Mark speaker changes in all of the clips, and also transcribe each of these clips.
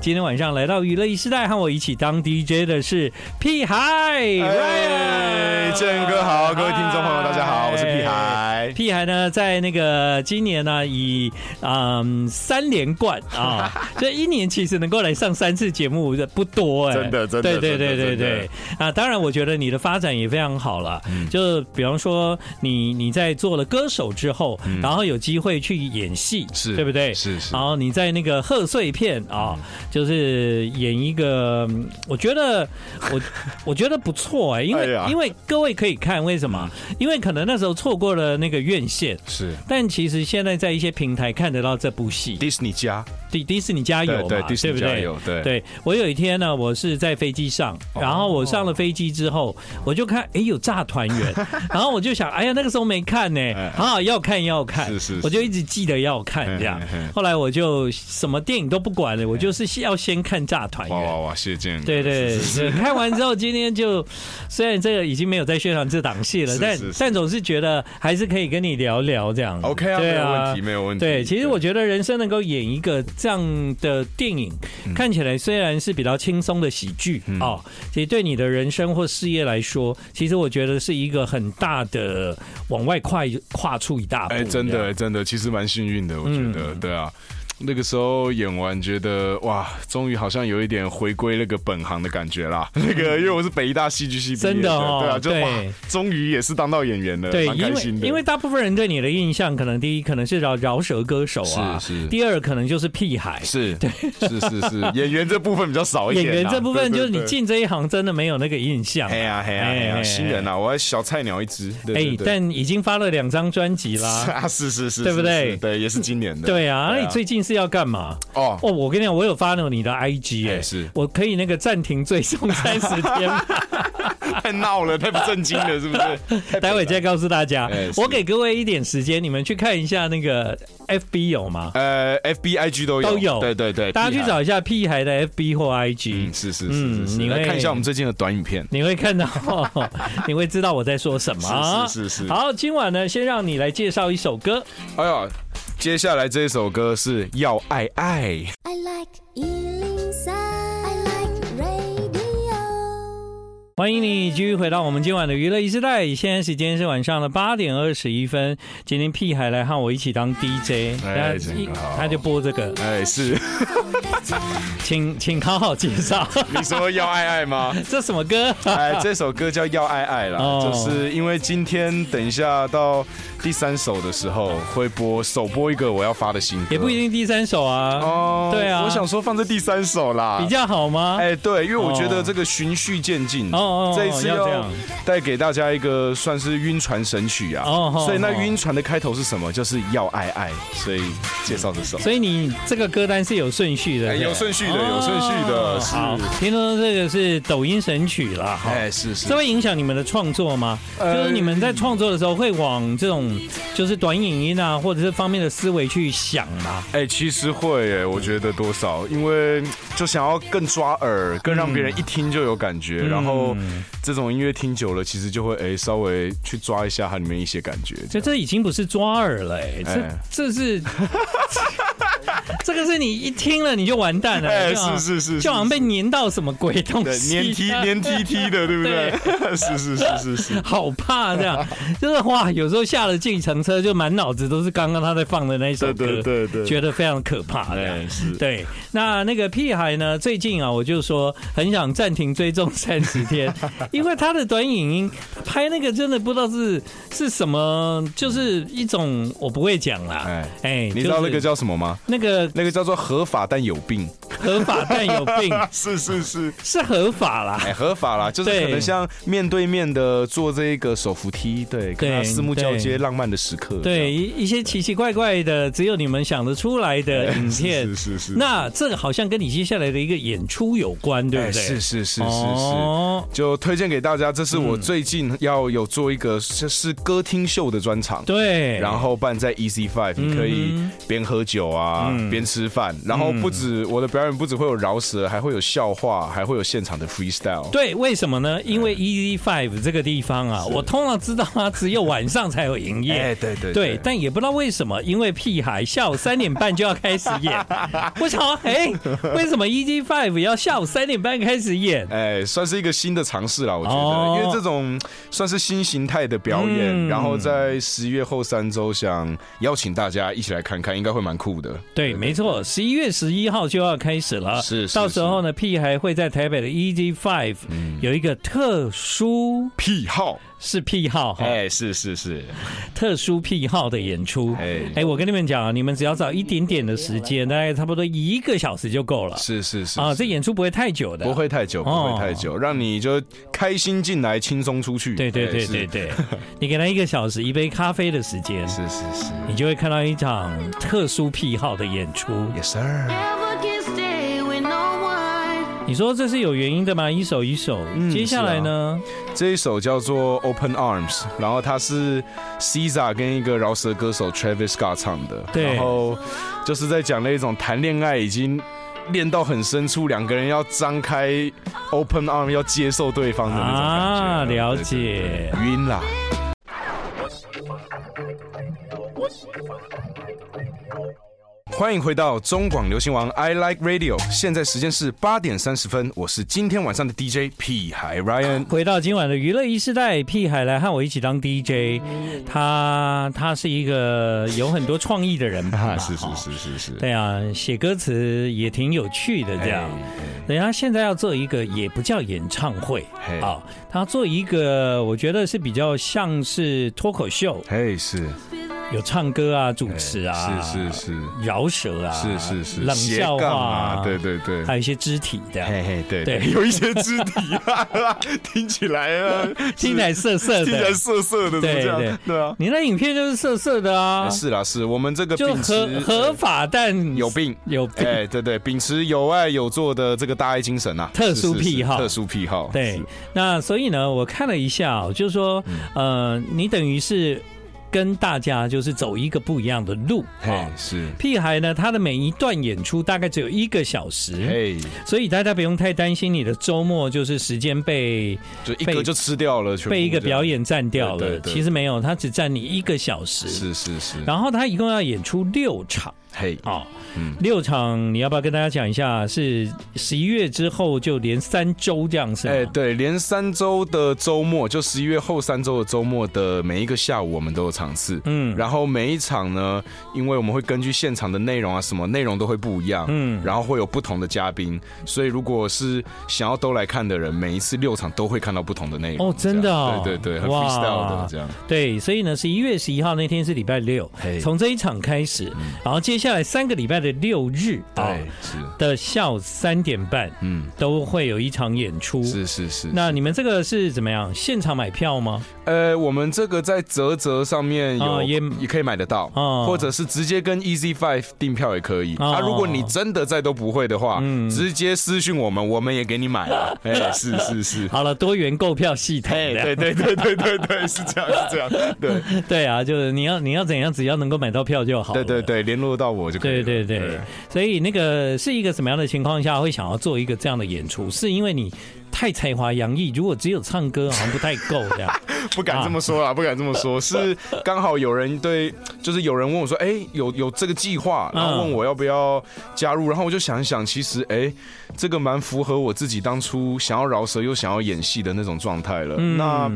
Speaker 1: 今天晚上来到娱乐一时代，和我一起当 DJ 的是屁孩
Speaker 2: 哎，
Speaker 1: Ryan，
Speaker 2: 建哥好，各位听众朋友大家好，我是屁。孩。
Speaker 1: 屁孩呢，在那个今年呢、以嗯三连冠啊， 这、一年其实能够来上三次节目的不多哎、
Speaker 2: 真的真的
Speaker 1: 对对对
Speaker 2: 真
Speaker 1: 对
Speaker 2: 的真的嗯
Speaker 1: 对啊！当然，我觉得你的发展也非常好了，就比方说你你在做了歌手之后，然后有机会去演戏，
Speaker 2: 嗯是
Speaker 1: 对不对？
Speaker 2: 是是
Speaker 1: 然后你在那个贺岁片啊、
Speaker 2: 嗯
Speaker 1: 就是演一个，嗯我觉得我 我觉得不错哎、因
Speaker 2: 哎
Speaker 1: 为、
Speaker 2: 呀嗯
Speaker 1: 因为各位可以看为什么？因为可能那时候错过了那个院线，
Speaker 2: 是
Speaker 1: 但其实现在在一些平台看得到这部戏，
Speaker 2: Disney 家，
Speaker 1: 迪迪士尼加油嘛，
Speaker 2: 对对迪士尼
Speaker 1: 不
Speaker 2: 加
Speaker 1: 哎对
Speaker 2: 油？对哦
Speaker 1: 对我有一天呢，我是在飞机上，然后我上了飞机之后，我就看，哎，有炸团 圆，然后我就想，哎呀，那个时候没看呢，啊，要看要看，
Speaker 2: 哎是是是
Speaker 1: 我就一直记得要看这样
Speaker 2: 嘿嘿嘿。
Speaker 1: 后来我就什么电影都不管了，我就是要先看炸团
Speaker 2: 哇
Speaker 1: 圆。
Speaker 2: 哇哇，谢建哥，
Speaker 1: 对对
Speaker 2: 是是
Speaker 1: 对，看完之后，今天就虽然这个已经没有在宣传这档戏了，
Speaker 2: 是
Speaker 1: 但
Speaker 2: 是是
Speaker 1: 但总是觉得还是可以跟你聊聊这样子。
Speaker 2: OK 啊，没
Speaker 1: 对
Speaker 2: 有
Speaker 1: 啊
Speaker 2: 问题，没有问题。
Speaker 1: 对，其实我觉得人生能够演一个这样的电影，
Speaker 2: 嗯
Speaker 1: 看起来虽然是比较轻松的喜剧哦，其实对你的人生或事业来说，其实我觉得是一个很大的往外跨一跨出一大步。
Speaker 2: 哎，真
Speaker 1: 这
Speaker 2: 的
Speaker 1: 样，
Speaker 2: 哎真的，其实蛮幸运的，我觉
Speaker 1: 嗯
Speaker 2: 得，对啊。那个时候演完，觉得哇，终于好像有一点回归那个本行的感 觉啦。那个，因为我是北医大戏剧系毕业
Speaker 1: 真的哦
Speaker 2: 对啊，就
Speaker 1: 对
Speaker 2: 哇，终于也是当到演员了，
Speaker 1: 对，
Speaker 2: 蛮
Speaker 1: 因
Speaker 2: 开
Speaker 1: 为
Speaker 2: 心的。
Speaker 1: 因为大部分人对你的印象，可能第一可能是饶饶舌歌手啊，
Speaker 2: 是是
Speaker 1: 第二可能就是屁孩。
Speaker 2: 是，对，是是是，演员这部分比较少一
Speaker 1: 演
Speaker 2: 点啊。
Speaker 1: 员这部分
Speaker 2: 对
Speaker 1: 就是你。
Speaker 2: 对对
Speaker 1: 进这一行真的没有那个印象啊、
Speaker 2: 嘿呀嘿呀
Speaker 1: 哎
Speaker 2: 嘿
Speaker 1: 哎
Speaker 2: 呀，新人
Speaker 1: 哎
Speaker 2: 啊，我还小菜鸟一只。对
Speaker 1: 哎
Speaker 2: 对，对
Speaker 1: 但已经发了两张专辑啦，
Speaker 2: 啊，是是是，
Speaker 1: 对不对
Speaker 2: 是是对，也是今年的。
Speaker 1: 对啊，那你最近是要干嘛？
Speaker 2: 哦
Speaker 1: 哦，我跟你讲，我有发了你的 IG 哎、
Speaker 2: 哎是
Speaker 1: 我可以那个暂停追踪三十天吗，
Speaker 2: 太闹了，太不正经了，是不 是？ 太
Speaker 1: 待会再告诉大家
Speaker 2: 哎。是
Speaker 1: 我给各位一点时间，你们去看一下那个 FB 有吗？
Speaker 2: 呃，F B I G 都有
Speaker 1: 都有
Speaker 2: 对对对，
Speaker 1: 大家去
Speaker 2: 屁孩。
Speaker 1: 找一下屁孩的 FB 或 IG，、
Speaker 2: 嗯，是是是是
Speaker 1: 嗯
Speaker 2: 是，
Speaker 1: 你
Speaker 2: 来
Speaker 1: 会
Speaker 2: 看一下我们最近的短影片。
Speaker 1: 你会看到， 你会知道我在说什么。
Speaker 2: 是是是是
Speaker 1: 好，今晚呢，先让你来介绍一首歌。
Speaker 2: 哎呀，接下来这一首歌是《要爱爱》。
Speaker 3: I like Ealing Sound. I like radio.
Speaker 1: 欢迎你继续回到我们今晚的娱乐一时代，现在时间是晚上的八点二十一分。今天屁孩来和我一起当 DJ，
Speaker 2: 哎
Speaker 1: 他
Speaker 2: 真好
Speaker 1: 他就播这个，
Speaker 2: 哎， 是
Speaker 1: 请请好好介 绍，
Speaker 2: 你说要爱爱吗？
Speaker 1: 这什么歌？
Speaker 2: 哎，这首歌叫《要爱爱》啦，
Speaker 1: 哦
Speaker 2: 就是因为今天等一下到第三首的时候会播首播一个我要发的新歌，
Speaker 1: 也不一定第三首啊，
Speaker 2: 哦
Speaker 1: 对啊
Speaker 2: 我想说放在第三首啦，
Speaker 1: 比较好吗？
Speaker 2: 哎、对，因为我觉
Speaker 1: 哦
Speaker 2: 得这个循序渐进，
Speaker 1: 哦哦哦
Speaker 2: 这一次
Speaker 1: 要这
Speaker 2: 要
Speaker 1: 样
Speaker 2: 带给大家一个算是晕船神曲啊，
Speaker 1: 哦哦
Speaker 2: 所以那
Speaker 1: 哦
Speaker 2: 晕船的开头是什么？就是要爱爱，所以介绍这首。
Speaker 1: 所以你这个歌单是有顺序的，
Speaker 2: 哎
Speaker 1: 对不对
Speaker 2: 有顺序的
Speaker 1: 哦
Speaker 2: 有顺序的是
Speaker 1: 好，听说这个是抖音神曲了，哈。
Speaker 2: 哎，是是
Speaker 1: 这，会影响你们的创作吗？
Speaker 2: 呃
Speaker 1: 就是你们在创作的时候会往这种就是短影音啊，或者是方面的思维去想吗？
Speaker 2: 哎、其实会哎，我觉得多少，因为就想要更抓耳，更让别人一听就有感觉，
Speaker 1: 嗯
Speaker 2: 然后这种音乐听久了，其实就会哎、稍微去抓一下它里面一些感觉。
Speaker 1: 就这已经不是抓耳了、欸，
Speaker 2: 哎
Speaker 1: 这这是。这个是你一听了你就完蛋了，
Speaker 2: 哎
Speaker 1: 就好
Speaker 2: 是是是是
Speaker 1: 就好像被粘到什么鬼东
Speaker 2: 对，
Speaker 1: 西、
Speaker 2: 黏 T 黏 T T 的，对不对？ 是是是是是，
Speaker 1: 好怕这 样，就是哇，有时候下了计程车就满脑子都是刚刚他在放的那一首歌，
Speaker 2: 对对对对
Speaker 1: 觉得非常可怕的。
Speaker 2: 哎是
Speaker 1: 对，那那个屁孩呢？最近啊，我就说很想暂停追踪三十 天，因为他的短影音拍那个真的不知道是是什么，就是一种我不会讲啦。哎
Speaker 2: 哎、
Speaker 1: 就
Speaker 2: 你知道
Speaker 1: 是
Speaker 2: 那个叫什么吗？
Speaker 1: 那个
Speaker 2: 那个叫做合法但有病，
Speaker 1: 合法但有 病
Speaker 2: 是是是，
Speaker 1: 是合法啦。
Speaker 2: 哎，合法啦，就是
Speaker 1: 对
Speaker 2: 可能像面对面的坐这个手扶梯，对，跟他四目交接，浪漫的时刻，
Speaker 1: 对，一一些奇奇怪怪的，只有你们想得出来的影
Speaker 2: 这
Speaker 1: 片
Speaker 2: 哎 样，是是是，哎
Speaker 1: 那这个好像跟你接下来的一个演出有关，对
Speaker 2: 哎
Speaker 1: 不对？
Speaker 2: 是是是是是。
Speaker 1: 哦，嗯
Speaker 2: 就推荐给大家，这是我最近要有做一个是是歌厅秀的专场，
Speaker 1: 对，
Speaker 2: 然后
Speaker 1: 嗯
Speaker 2: 办在 EC Five，你可以边喝酒啊，边吃饭。然后不止我的表演然不只会有饶舌，还会有笑话，还会有现场的 freestyle。
Speaker 1: 对，为什么呢？因
Speaker 2: 嗯
Speaker 1: 为 Easy Five 这个地方啊，我通常知道它只有晚上才有营业。
Speaker 2: 哎对
Speaker 1: 对
Speaker 2: 对对，
Speaker 1: 但也不知道为什么，因为屁孩下午三点半就要开始 演。我想说，哎、为什么 Easy Five 要下午三点半开始演？
Speaker 2: 哎，算是一个新的尝试啦，我觉得，
Speaker 1: 哦
Speaker 2: 因为这种算是新形态的表演，
Speaker 1: 嗯
Speaker 2: 然后在十月后三周想邀请大家一起来看看，应该会蛮酷的。
Speaker 1: 对，没错，十一月十一号就要开始了。
Speaker 2: 是是
Speaker 1: 到时候呢，屁孩会在台北的 EG Five、有一
Speaker 2: 嗯
Speaker 1: 个特殊
Speaker 2: 癖好，
Speaker 1: 是癖好哦啊哈，
Speaker 2: 哎，是是是，
Speaker 1: 特殊癖好的演出。
Speaker 2: 哎
Speaker 1: 哎，我跟你们讲啊，你们只要找一点点的时间，大概差不多一个小时就够了。
Speaker 2: 是是是
Speaker 1: 啊，
Speaker 2: 是
Speaker 1: 这演出不会太久的，
Speaker 2: 不。会太久，不
Speaker 1: 哦
Speaker 2: 会太久，让你就开心进来，轻松出去。
Speaker 1: 对对
Speaker 2: 哎
Speaker 1: 对对，对，你给他一个小时一杯咖啡的时间，
Speaker 2: 是是是是
Speaker 1: 你就会看到一场特殊癖好的演出。
Speaker 2: ，Yes sir。
Speaker 4: Never can stay with no one.
Speaker 1: 你说这是有原因的吗？一首一首，
Speaker 2: 嗯
Speaker 1: 接下来呢？
Speaker 2: 这一首叫做《Open Arms》，然后它是 SZA 跟一个饶舌歌手 Travis Scott 唱的，
Speaker 1: 对
Speaker 2: 然后就是在讲那一种谈恋爱已经练到很深处，两个人要张开 open arm 要接受对方的那种感觉。
Speaker 1: 啊
Speaker 2: 对
Speaker 1: 了
Speaker 2: 对对
Speaker 1: 解
Speaker 2: 对晕啦。欢迎回到中广流行王 I Like Radio，现在时间是八点三十分，我是今天晚上的 DJ 屁孩 Ryan。
Speaker 1: 回到今晚的娱乐一世代，屁孩来和我一起当 DJ，他他是一个有很多创意的 人吧？
Speaker 2: 啊，是是
Speaker 1: 哦
Speaker 2: 是是是，
Speaker 1: 对啊，写歌词也挺有趣的，这样。
Speaker 2: 哎
Speaker 1: 人家现在要做一个，也不叫演唱会
Speaker 2: 嘿
Speaker 1: 啊、他做一个，我觉得是比较像是脱口秀，
Speaker 2: 嘿，哎是
Speaker 1: 有唱歌啊、主持啊，
Speaker 2: 是是是
Speaker 1: 饶舌啊，
Speaker 2: 是是是，
Speaker 1: 冷
Speaker 2: 斜
Speaker 1: 笑话
Speaker 2: 杠啊，对对对，
Speaker 1: 还有一些肢体的，
Speaker 2: 嘿嘿，对
Speaker 1: 对
Speaker 2: 有一些肢体啊， 听起来啊，
Speaker 1: 听起来涩涩
Speaker 2: 听起来
Speaker 1: 的，
Speaker 2: 涩涩的，怎么
Speaker 1: 对
Speaker 2: 这
Speaker 1: 对
Speaker 2: 样？对啊，
Speaker 1: 你那影片就是涩涩的啊，
Speaker 2: 哎是啦，是我们这个
Speaker 1: 就
Speaker 2: 秉
Speaker 1: 合
Speaker 2: 持哎
Speaker 1: 合法但
Speaker 2: 有病。
Speaker 1: 有病。
Speaker 2: 哎，对对，秉持有爱有做的这个大爱精神啊，
Speaker 1: 特殊
Speaker 2: 是是是
Speaker 1: 癖好
Speaker 2: 特殊癖好，
Speaker 1: 对
Speaker 2: 是，
Speaker 1: 那所以呢，我看了一下哦、就是说，
Speaker 2: 嗯
Speaker 1: 呃，你等于是跟大家就是走一个不一样的路
Speaker 2: 嘿
Speaker 1: 啊。
Speaker 2: 是，
Speaker 1: 屁孩呢，他的每一段演出大概只有一个小时，
Speaker 2: 嘿，
Speaker 1: 所以大家不用太担心你的周末就是时间被
Speaker 2: 就一
Speaker 1: 被
Speaker 2: 个就吃掉了，全部
Speaker 1: 被一个
Speaker 2: 这样
Speaker 1: 表，演占掉
Speaker 2: 对
Speaker 1: 了。
Speaker 2: 对对
Speaker 1: 其实没有，他只占你一个小时。
Speaker 2: 是是是，
Speaker 1: 然后他一共要演出六场
Speaker 2: 嘿，
Speaker 1: 啊，
Speaker 2: 嗯
Speaker 1: 六场你要不要跟大家讲一下？是十一月之后就连三周这样是吗？
Speaker 2: 哎、对，连三周的周末，就十一月后三周的周末的每一个下午，我们都有场次。
Speaker 1: 嗯，
Speaker 2: 然后每一场呢，因为我们会根据现场的内容啊，什么内容都会不一样，
Speaker 1: 嗯
Speaker 2: 嗯，然后会有不同的嘉宾，所以如果是想要都来看的人，每一次六场都会看到不同的内容。
Speaker 1: 哦真的
Speaker 2: 这样
Speaker 1: 哦
Speaker 2: 对对对，很
Speaker 1: 哇
Speaker 2: freestyle 的这样。
Speaker 1: 对，所以呢，十一月十一号那天是礼拜六
Speaker 2: 嘿，嗯
Speaker 1: 从这一场开始，然后接下来三个礼拜的六日啊
Speaker 2: 对，是，
Speaker 1: 的下午三点半
Speaker 2: 嗯，
Speaker 1: 都会有一场演出。
Speaker 2: 是是是。
Speaker 1: 那你们这个是怎么样？现场买票 吗？
Speaker 2: 呃，我们这个在泽泽上面有、
Speaker 1: 哦也
Speaker 2: 也可以买得到，
Speaker 1: 哦
Speaker 2: 或者是直接跟 Easy Five 订票也可以。
Speaker 1: 哦
Speaker 2: 啊，如果你真的再都不会的话，
Speaker 1: 嗯
Speaker 2: 直接私讯我们，我们也给你 买了。哎、是是是，
Speaker 1: 好了，多元购票系统
Speaker 2: 哎，
Speaker 1: 这样。
Speaker 2: 对对对对对对，是这样是这样，对
Speaker 1: 对啊，就是你要你要怎样，只要能够买到票就好了。
Speaker 2: 对对对，联络到我就可以
Speaker 1: 对
Speaker 2: 了。
Speaker 1: 对对，所以那个是一个什么样的情况下会想要做一个这样的演出？是因为你太才华洋溢，如果只有唱歌好像不太够这 样。
Speaker 2: 不敢这么说啦，不敢这么说，是刚好有人对，就是有人问我说，哎、有有这个计划，然后问我要不要加入，然后我就想一想，其实哎、这个蛮符合我自己当初想要饶舌又想要演戏的那种状态了。那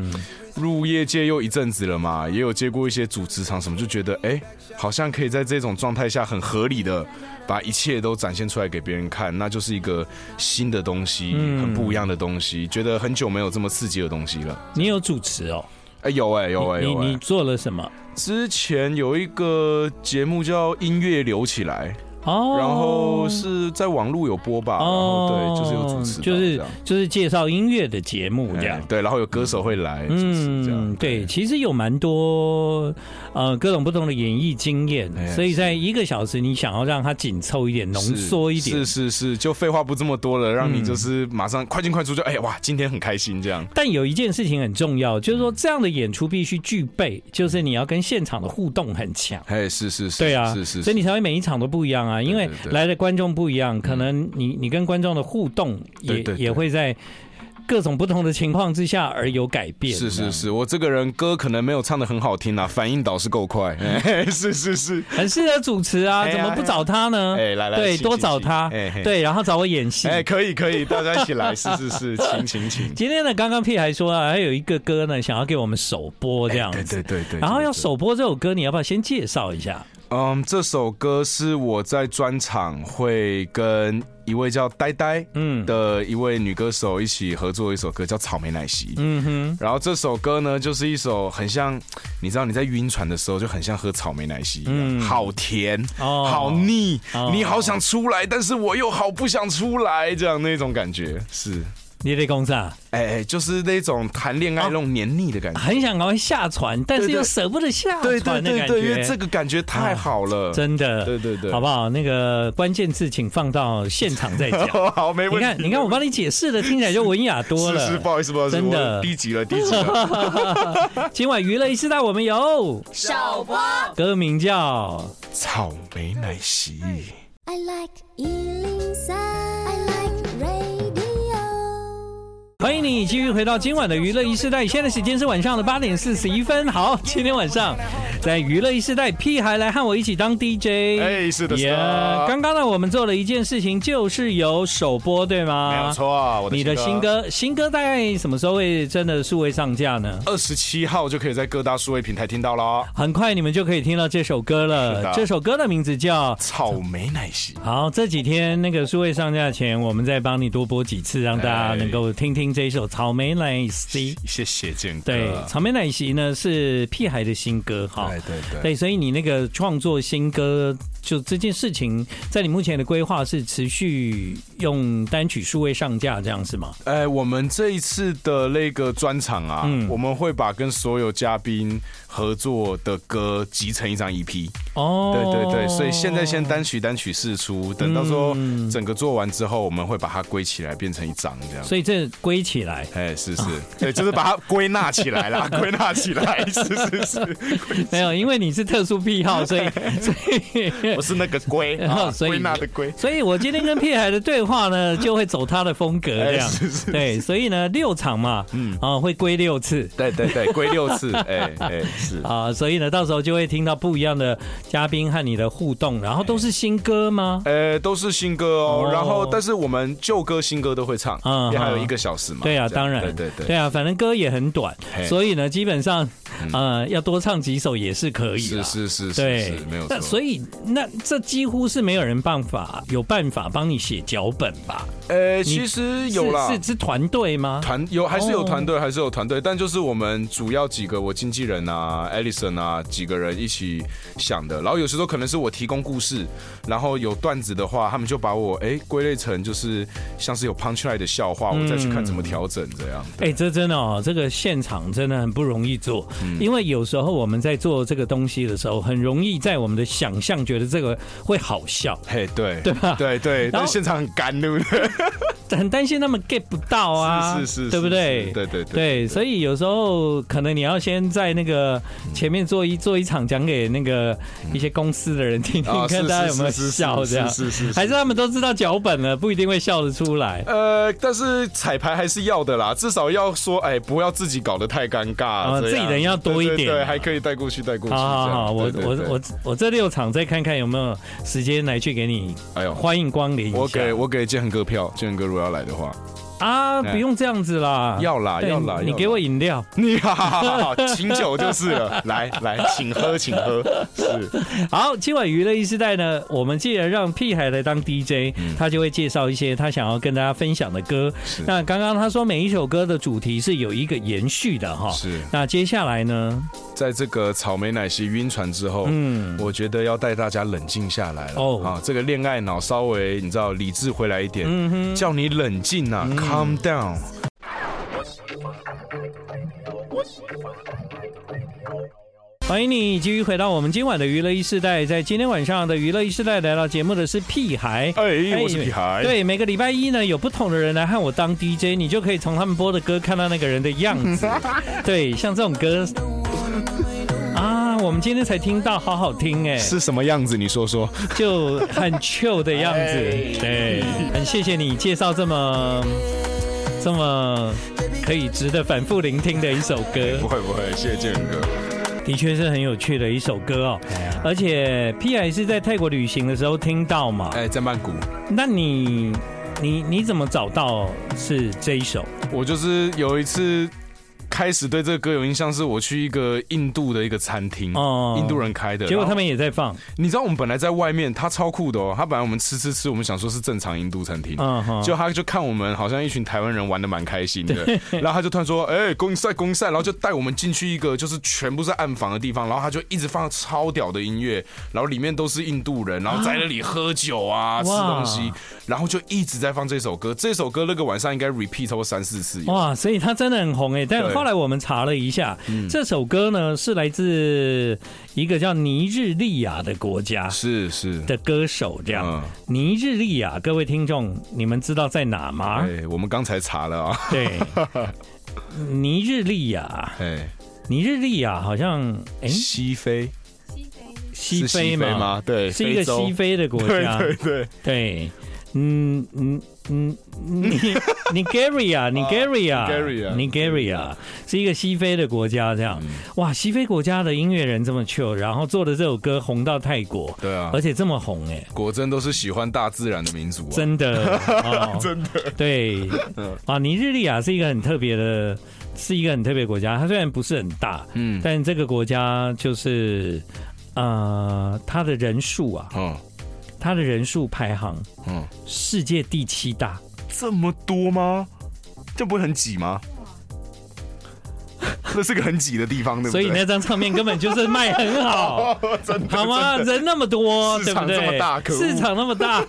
Speaker 2: 入业界又一阵子了嘛，也有接过一些主职场什么，就觉得哎、好像可以在这种状态下很合理的把一切都展现出来给别人看，那就是一个新的东西，很不一样的东西，觉得很久没有这么刺激的东西了。
Speaker 1: 你有主持哦？
Speaker 2: 哎、有哎、有哎、
Speaker 1: 你
Speaker 2: 有哎、
Speaker 1: 你你做了什么？
Speaker 2: 之前有一个节目叫《音乐流起来》，
Speaker 1: 哦，
Speaker 2: 然后是在网络有播吧，然后对，就是有主持吧，
Speaker 1: 哦就是
Speaker 2: 这样
Speaker 1: 就是介绍音乐的节目这样
Speaker 2: 哎。对，然后有歌手会来，就是
Speaker 1: 嗯
Speaker 2: 这样，，哎
Speaker 1: 对，其实有蛮多呃各种不同的演艺经验，
Speaker 2: 哎
Speaker 1: 所以在一个小时，你想要让它紧凑一点、浓
Speaker 2: 是
Speaker 1: 缩一点嗯
Speaker 2: 是，是是，就废话不这么多了，让你就是马上快进快出就，哎哇，今天很开心这样，
Speaker 1: 但有一件事情很重要，就是说这样的演出必须具备，就是你要跟现场的互动很强。
Speaker 2: 哎，是是是，
Speaker 1: 对啊，
Speaker 2: 嗯是是，
Speaker 1: 所以你才会每一场都不一样啊。啊，因为
Speaker 2: 对对对
Speaker 1: 来的观众不一样，可能你你跟观众的互动也
Speaker 2: 对对对
Speaker 1: 也会在各种不同的情况之下而有改变。
Speaker 2: 是
Speaker 1: 这
Speaker 2: 是
Speaker 1: 样，
Speaker 2: 是，我这个人歌可能没有唱的很好听啦，反应倒是够快。哎 是是是，
Speaker 1: 很适合主持啊，
Speaker 2: 哎呀
Speaker 1: 怎么不找他呢？
Speaker 2: 哎来来
Speaker 1: 对，
Speaker 2: 请
Speaker 1: 多
Speaker 2: 请
Speaker 1: 找
Speaker 2: 请
Speaker 1: 他
Speaker 2: 哎嘿，
Speaker 1: 对，然后找我演戏。
Speaker 2: 哎，可以可以，大家一起来，是是是，请请请。
Speaker 1: 今天呢，刚刚屁还说啊，还有一个歌呢，想要给我们首播这样
Speaker 2: 哎对
Speaker 1: 子。
Speaker 2: 对对对，
Speaker 1: 然后要
Speaker 2: 对
Speaker 1: 首播这首歌，你要不要先介绍一下？
Speaker 2: 嗯，这首歌是我在专场会跟一位叫呆呆
Speaker 1: 嗯
Speaker 2: 的一位女歌手一起合作一首歌，叫《草莓奶昔》。
Speaker 1: 嗯哼，
Speaker 2: 然后这首歌呢，就是一首很像，你知道你在晕船的时候就很像喝草莓奶昔一样，
Speaker 1: 嗯
Speaker 2: 好甜，
Speaker 1: 哦
Speaker 2: 好腻，
Speaker 1: 哦
Speaker 2: 你好想出来，但是我又好不想出来，这样那种感觉是，
Speaker 1: 你得公啊啥？
Speaker 2: 哎、哎，就是那种谈恋
Speaker 1: 哦
Speaker 2: 爱那种黏腻的感觉。
Speaker 1: 很想赶快下船，但是
Speaker 2: 对对
Speaker 1: 又舍不得下
Speaker 2: 对对
Speaker 1: 船的
Speaker 2: 对
Speaker 1: 感
Speaker 2: 对，因为这
Speaker 1: 觉。
Speaker 2: 个感觉太好了，
Speaker 1: 真的，
Speaker 2: 对对对
Speaker 1: 好不好？那个关键字请放到现场再讲。
Speaker 2: 好， 没
Speaker 1: 你
Speaker 2: 问题。
Speaker 1: 看，你看，我帮你解释的，听起来就文雅多
Speaker 2: 是是，
Speaker 1: 了
Speaker 2: 不。好意思，不好意思，
Speaker 1: 真的
Speaker 2: 我低级了，低级了。
Speaker 1: 今晚娱乐一时代，我们有
Speaker 4: 首播。
Speaker 1: 歌名叫
Speaker 2: 草莓奶昔，
Speaker 3: I like Ealing Sound. I like radio.
Speaker 1: 欢迎你继续回到今晚的娱乐一世代，现在时间是晚上的八点四十一分。好，今天晚上在娱乐一世代，屁孩来和我一起当 DJ。
Speaker 2: 哎是的是的
Speaker 1: 刚刚呢，我们做了一件事情，就是有首播，对吗？
Speaker 2: 没有。错，啊我
Speaker 1: 啊
Speaker 2: 的
Speaker 1: 你的新。歌，新歌大概什么时候会真的数位上架呢？
Speaker 2: 二十七号就可以在各大数位平台听到了，
Speaker 1: 很快你们就可以听到这首歌
Speaker 2: 是
Speaker 1: 了。
Speaker 2: 的
Speaker 1: 这首歌的名字叫……
Speaker 2: 草莓奶昔。
Speaker 1: 好，这几天那个数位上架前，我们再帮你多播几次，让大家
Speaker 2: 哎
Speaker 1: 能够听听这首《草莓奶昔》。
Speaker 2: 谢谢建哥。
Speaker 1: 对，《草莓奶昔》呢是屁孩的新歌哈。
Speaker 2: 啊哎对对对
Speaker 1: 所以你那个创作新歌，就这件事情，在你目前的规划是持续用单曲数位上架这样是吗？
Speaker 2: 哎，我们这一次的那个专场啊，
Speaker 1: 嗯
Speaker 2: 我们会把跟所有嘉宾合作的歌集成一张 E EP。
Speaker 1: 哦，
Speaker 2: 对对对，所以现在先单曲单曲试出，等到时候
Speaker 1: 嗯
Speaker 2: 整个做完之后，我们会把它归起来变成一张这样。
Speaker 1: 所以啊这归起来，
Speaker 2: 哎，是是， 对，就是把它归纳起来啦， 归纳起来，是 是是，
Speaker 1: 没有，因为你是特殊癖好， 所以所以。
Speaker 2: 不是那个归
Speaker 1: 哦
Speaker 2: 啊，
Speaker 1: 所以
Speaker 2: 归纳的 归，
Speaker 1: 所以我今天跟屁孩的对话呢，就会走他的风格这样
Speaker 2: 哎是是，
Speaker 1: 对，所以呢六场嘛，嗯啊会归六次，
Speaker 2: 对对对，归六次， 哎哎是，
Speaker 1: 啊，所以呢，到时候就会听到不一样的嘉宾和你的互动，然后都是新歌吗？
Speaker 2: 呃，都是新歌哦
Speaker 1: 哦，
Speaker 2: 然后但是我们旧歌新歌都会唱，
Speaker 1: 嗯
Speaker 2: 因为还有
Speaker 1: 嗯
Speaker 2: 一个小时嘛，
Speaker 1: 对啊，
Speaker 2: 这样
Speaker 1: 当然，
Speaker 2: 对对对，
Speaker 1: 啊，反正歌也很短，
Speaker 2: 嘿嗯
Speaker 1: 所以呢，基本上，呃，要多唱几首也是可以
Speaker 2: 是
Speaker 1: 的。
Speaker 2: 是是是
Speaker 1: 对
Speaker 2: 是，，没有
Speaker 1: 那
Speaker 2: 错，
Speaker 1: 所以那这几乎是没有人办法有办法帮你写脚本吧？
Speaker 2: 呃，其实有啦，
Speaker 1: 是是是团队吗？
Speaker 2: 团有还是有
Speaker 1: 哦
Speaker 2: 团队，还是有团队，但就是我们主要几个我经纪人啊、Alison 啊几个人一起想的，然后有时候可能是我提供故事，然后有段子的话，他们就把我哎归类成就是像是有 punch line 的笑话，我再去看
Speaker 1: 嗯
Speaker 2: 怎么调整这样。
Speaker 1: 哎、这真的哦，这个现场真的很不容易做，
Speaker 2: 嗯
Speaker 1: 因为有时候我们在做这个东西的时候，很容易在我们的想象觉得这个会好笑，
Speaker 2: 嘿，对
Speaker 1: 对吧
Speaker 2: 对对，
Speaker 1: 然后
Speaker 2: 但现场很干，对不对？
Speaker 1: 很担心他们 get 不到啊，
Speaker 2: 是是是
Speaker 1: 对不
Speaker 2: 是
Speaker 1: 对？
Speaker 2: 是对对对
Speaker 1: 对，所以有时候可能你要先在那个前面做一做一场，讲给那个一些公司的人听听，
Speaker 2: 啊是
Speaker 1: 看大家有没有
Speaker 2: 是是是
Speaker 1: 笑，
Speaker 2: 是
Speaker 1: 这样
Speaker 2: 是是是
Speaker 1: 还是他们都知道脚本了，不一定会笑得出来。
Speaker 2: 呃，但是彩排还是要的啦，至少要说，哎，不要自己搞得太尴
Speaker 1: 哦
Speaker 2: 尬，
Speaker 1: 自
Speaker 2: 这样
Speaker 1: 己人要多一点
Speaker 2: 对对
Speaker 1: 啊
Speaker 2: 对，还可以带过去，带过去。
Speaker 1: 好好
Speaker 2: 这样
Speaker 1: 好，我
Speaker 2: 对对
Speaker 1: 我
Speaker 2: 对
Speaker 1: 我我这六场再看看有没有时间来去给你，
Speaker 2: 哎呦
Speaker 1: 欢迎光临一下。
Speaker 2: 我给我给建恒哥票，建恒哥如果要来的话，
Speaker 1: 啊，
Speaker 2: 哎
Speaker 1: 不用这样子啦，
Speaker 2: 要啦
Speaker 1: 啊对
Speaker 2: 要啦
Speaker 1: 你
Speaker 2: 要
Speaker 1: 给
Speaker 2: 啦
Speaker 1: 我饮料。
Speaker 2: 你好好好好，请酒就是 了，来来，请喝，请喝，是
Speaker 1: 好，今晚娱乐一时代呢，我们既然让屁孩来当 DJ，、他
Speaker 2: 嗯
Speaker 1: 就会介绍一些他想要跟大家分享的歌。那刚刚他说每一首歌的主题是有一个延续的哈。
Speaker 2: 是
Speaker 1: 那接下来呢？
Speaker 2: 在这个草莓奶昔晕船之后，
Speaker 1: 嗯
Speaker 2: 嗯，我觉得要带大家冷静下来了。
Speaker 1: 哦
Speaker 2: 哦，啊，这个恋爱脑稍微你知道理智回来一点，
Speaker 1: 嗯
Speaker 2: 叫你冷静啊、c a l m down。
Speaker 1: 欢迎你继续回到我们今晚的娱乐一世代，在今天晚上的娱乐一世代来到节目的是屁孩。
Speaker 2: 哎，我是屁孩，，
Speaker 1: 对，每个礼拜一呢，有不同的人来和我当 DJ，你就可以从他们 播的歌看到那个人的样子。对，像这种歌啊，我们今天才听到，好好听哎，
Speaker 2: 是什么样子？你说说。
Speaker 1: 就很 chill 的样子。
Speaker 2: 哎
Speaker 1: 对，很谢谢你介绍这么这么可以值得反复聆听的一首歌。
Speaker 2: 哎不会不会，谢谢建仁哥。
Speaker 1: 的确是很有趣的一首歌哦
Speaker 2: 哎呀，
Speaker 1: 而且 P I 是在泰国旅行的时候听到嘛。
Speaker 2: 哎，在曼谷，
Speaker 1: 那你你你怎么找到是这一首？
Speaker 2: 我就是有一次开始对这个歌有印象，是我去一个印度的一个餐厅，
Speaker 1: 哦
Speaker 2: 印度人开的。
Speaker 1: 结果
Speaker 2: 然后
Speaker 1: 他们也在放，
Speaker 2: 你知道我们本来在外面，他超酷的哦。他本来我们吃吃吃，我们想说是正常印度餐厅，
Speaker 1: 嗯哼，
Speaker 2: 就他就看我们好像一群台湾人玩的蛮开心的， 然后他就突然说：“哎、公益赛，公益赛！”然后就带我们进去一个就是全部是暗房的地方，然后他就一直放超屌的音乐，然后里面都是印度人，然后在那里喝酒啊、吃
Speaker 1: 哇
Speaker 2: 东西，然后就一直在放这首歌。这首歌那个晚上应该 repeat 超过三四次有。
Speaker 1: 哇，所以它真的很红哎。但
Speaker 2: 对嗯
Speaker 1: 后来我们查了一下，这首歌呢是来自一个叫尼日利亚的国家
Speaker 2: 是是，
Speaker 1: 的歌手，这样。
Speaker 2: 嗯
Speaker 1: 尼日利亚，各位听众，你们知道在哪吗？
Speaker 2: 哎，我们刚才查了啊，
Speaker 1: 对，尼日利亚，
Speaker 2: 哎，
Speaker 1: 尼日利亚好像哎，
Speaker 2: 西非
Speaker 1: 西
Speaker 2: 是
Speaker 1: 非
Speaker 2: 西非
Speaker 1: 嘛，
Speaker 2: 吗？对，
Speaker 1: 是一个
Speaker 2: 非洲
Speaker 1: 西非的国家，
Speaker 2: 对对对，
Speaker 1: 对，嗯嗯嗯，你 Nigeria，Nigeria，Nigeria
Speaker 2: 啊 Nigeria 嗯
Speaker 1: Nigeria 是一个西非的国家，这样哇，西非国家的音乐人这么 chill，然后做的这首歌红到泰国，
Speaker 2: 对啊
Speaker 1: 而且这么红哎。
Speaker 2: 果真都是喜欢大自然的民族啊。
Speaker 1: 真 的，哦、真的，对，
Speaker 2: 嗯
Speaker 1: 啊，尼日利亚是一个很特别的，是一个很特别的国家。它虽然不是很大，嗯
Speaker 2: 嗯，
Speaker 1: 但这个国家就是，呃，它的人数啊，
Speaker 2: 嗯
Speaker 1: 它的人数排行
Speaker 2: 嗯，
Speaker 1: 世界第七大，
Speaker 2: 这么多吗？这不会很挤吗？ 那是个很挤的地方，对不
Speaker 1: 所以
Speaker 2: 对？
Speaker 1: 那张唱片根本就是卖很好，好吗？人那么多，
Speaker 2: 市
Speaker 1: 对不
Speaker 2: 场
Speaker 1: 对？
Speaker 2: 这么大可恶
Speaker 1: 市场那么 大，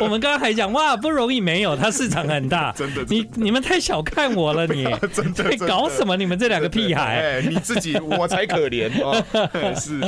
Speaker 1: 我们刚刚还讲哇不容易，没有，它市场很大，
Speaker 2: 真的
Speaker 1: 你你们太小看我了，你
Speaker 2: 真
Speaker 1: 在
Speaker 2: 的真的
Speaker 1: 搞什么？你们这两个屁孩。
Speaker 2: 哎，你自己我才可怜 哦。哎是，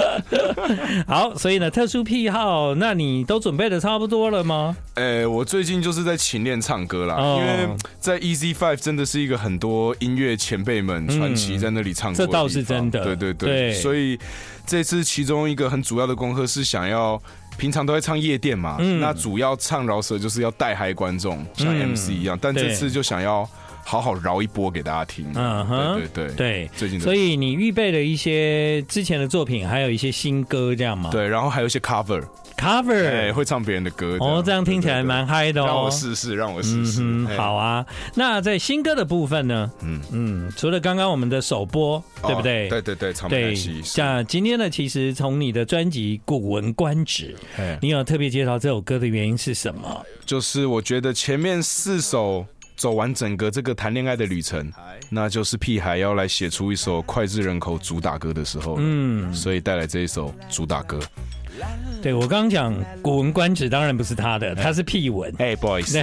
Speaker 1: 好，所以呢，特殊癖好，那你都准备的差不多了吗？
Speaker 2: 呃，我最近就是在勤练唱歌啦，
Speaker 1: 哦
Speaker 2: 因为在 Easy Five 真的是一个很多音乐前辈们传奇在那里唱歌的
Speaker 1: 嗯这
Speaker 2: 地方、
Speaker 1: 倒是真的
Speaker 2: 对对对，
Speaker 1: 对
Speaker 2: 所以这次其中一个很主要的功课是想要。平常都在唱夜店嘛，那主要唱饶舌就是要带嗨观众，像
Speaker 1: 嗯
Speaker 2: MC 一样。但
Speaker 1: 对
Speaker 2: 这次就想要好好饶一波给大家听。
Speaker 1: 嗯哼
Speaker 2: 对对对
Speaker 1: 对，
Speaker 2: 最近的
Speaker 1: 所以你预备了一些之前的作品，还有一些新歌，这样吗？
Speaker 2: 对，然后还有一些 cover，哎、
Speaker 1: ，cover。
Speaker 2: 会唱别人的歌。
Speaker 1: 哦，这样听起来
Speaker 2: 对对对
Speaker 1: 蛮嗨的哦。
Speaker 2: 让我试试，让我试试。
Speaker 1: 嗯哼，
Speaker 2: 哎
Speaker 1: 好啊。那在新歌的部分呢？嗯嗯，除了刚刚我们的首播，对不对？
Speaker 2: 哦对对对，草莓
Speaker 1: 对
Speaker 2: 奶昔。，是
Speaker 1: 像今天呢，其实从你的专辑《古文观止》，
Speaker 2: 哎
Speaker 1: 你有特别介绍这首歌的原因是什么？
Speaker 2: 就是我觉得前面四首走完整个这个谈恋爱的旅程，那就是屁孩要来写出一首脍炙人口主打歌的时候，嗯，所以带来这一首主打歌。
Speaker 1: 对我刚刚讲《古文观止》，当然不是他的，他是屁文，
Speaker 2: 哎、不 好意思，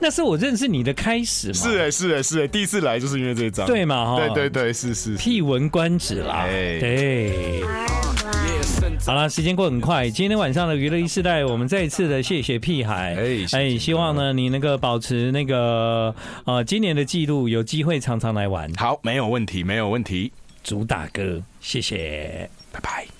Speaker 1: 那是我认识你的开始嘛？
Speaker 2: 是哎、是哎、是哎、第一次来就是因为这一张，
Speaker 1: 对嘛哈
Speaker 2: 对对对，是是是，
Speaker 1: 屁文观止啦，
Speaker 2: 哎
Speaker 1: 对。好了，时间过很快。今天晚上的娱乐一世代，我们再一次的谢谢屁孩，
Speaker 2: 哎谢谢
Speaker 1: 希望呢你能够保持那个呃今年的记录，有机会常常来玩
Speaker 2: 好，没有问题，没有问题，
Speaker 1: 主打歌，谢谢，拜拜。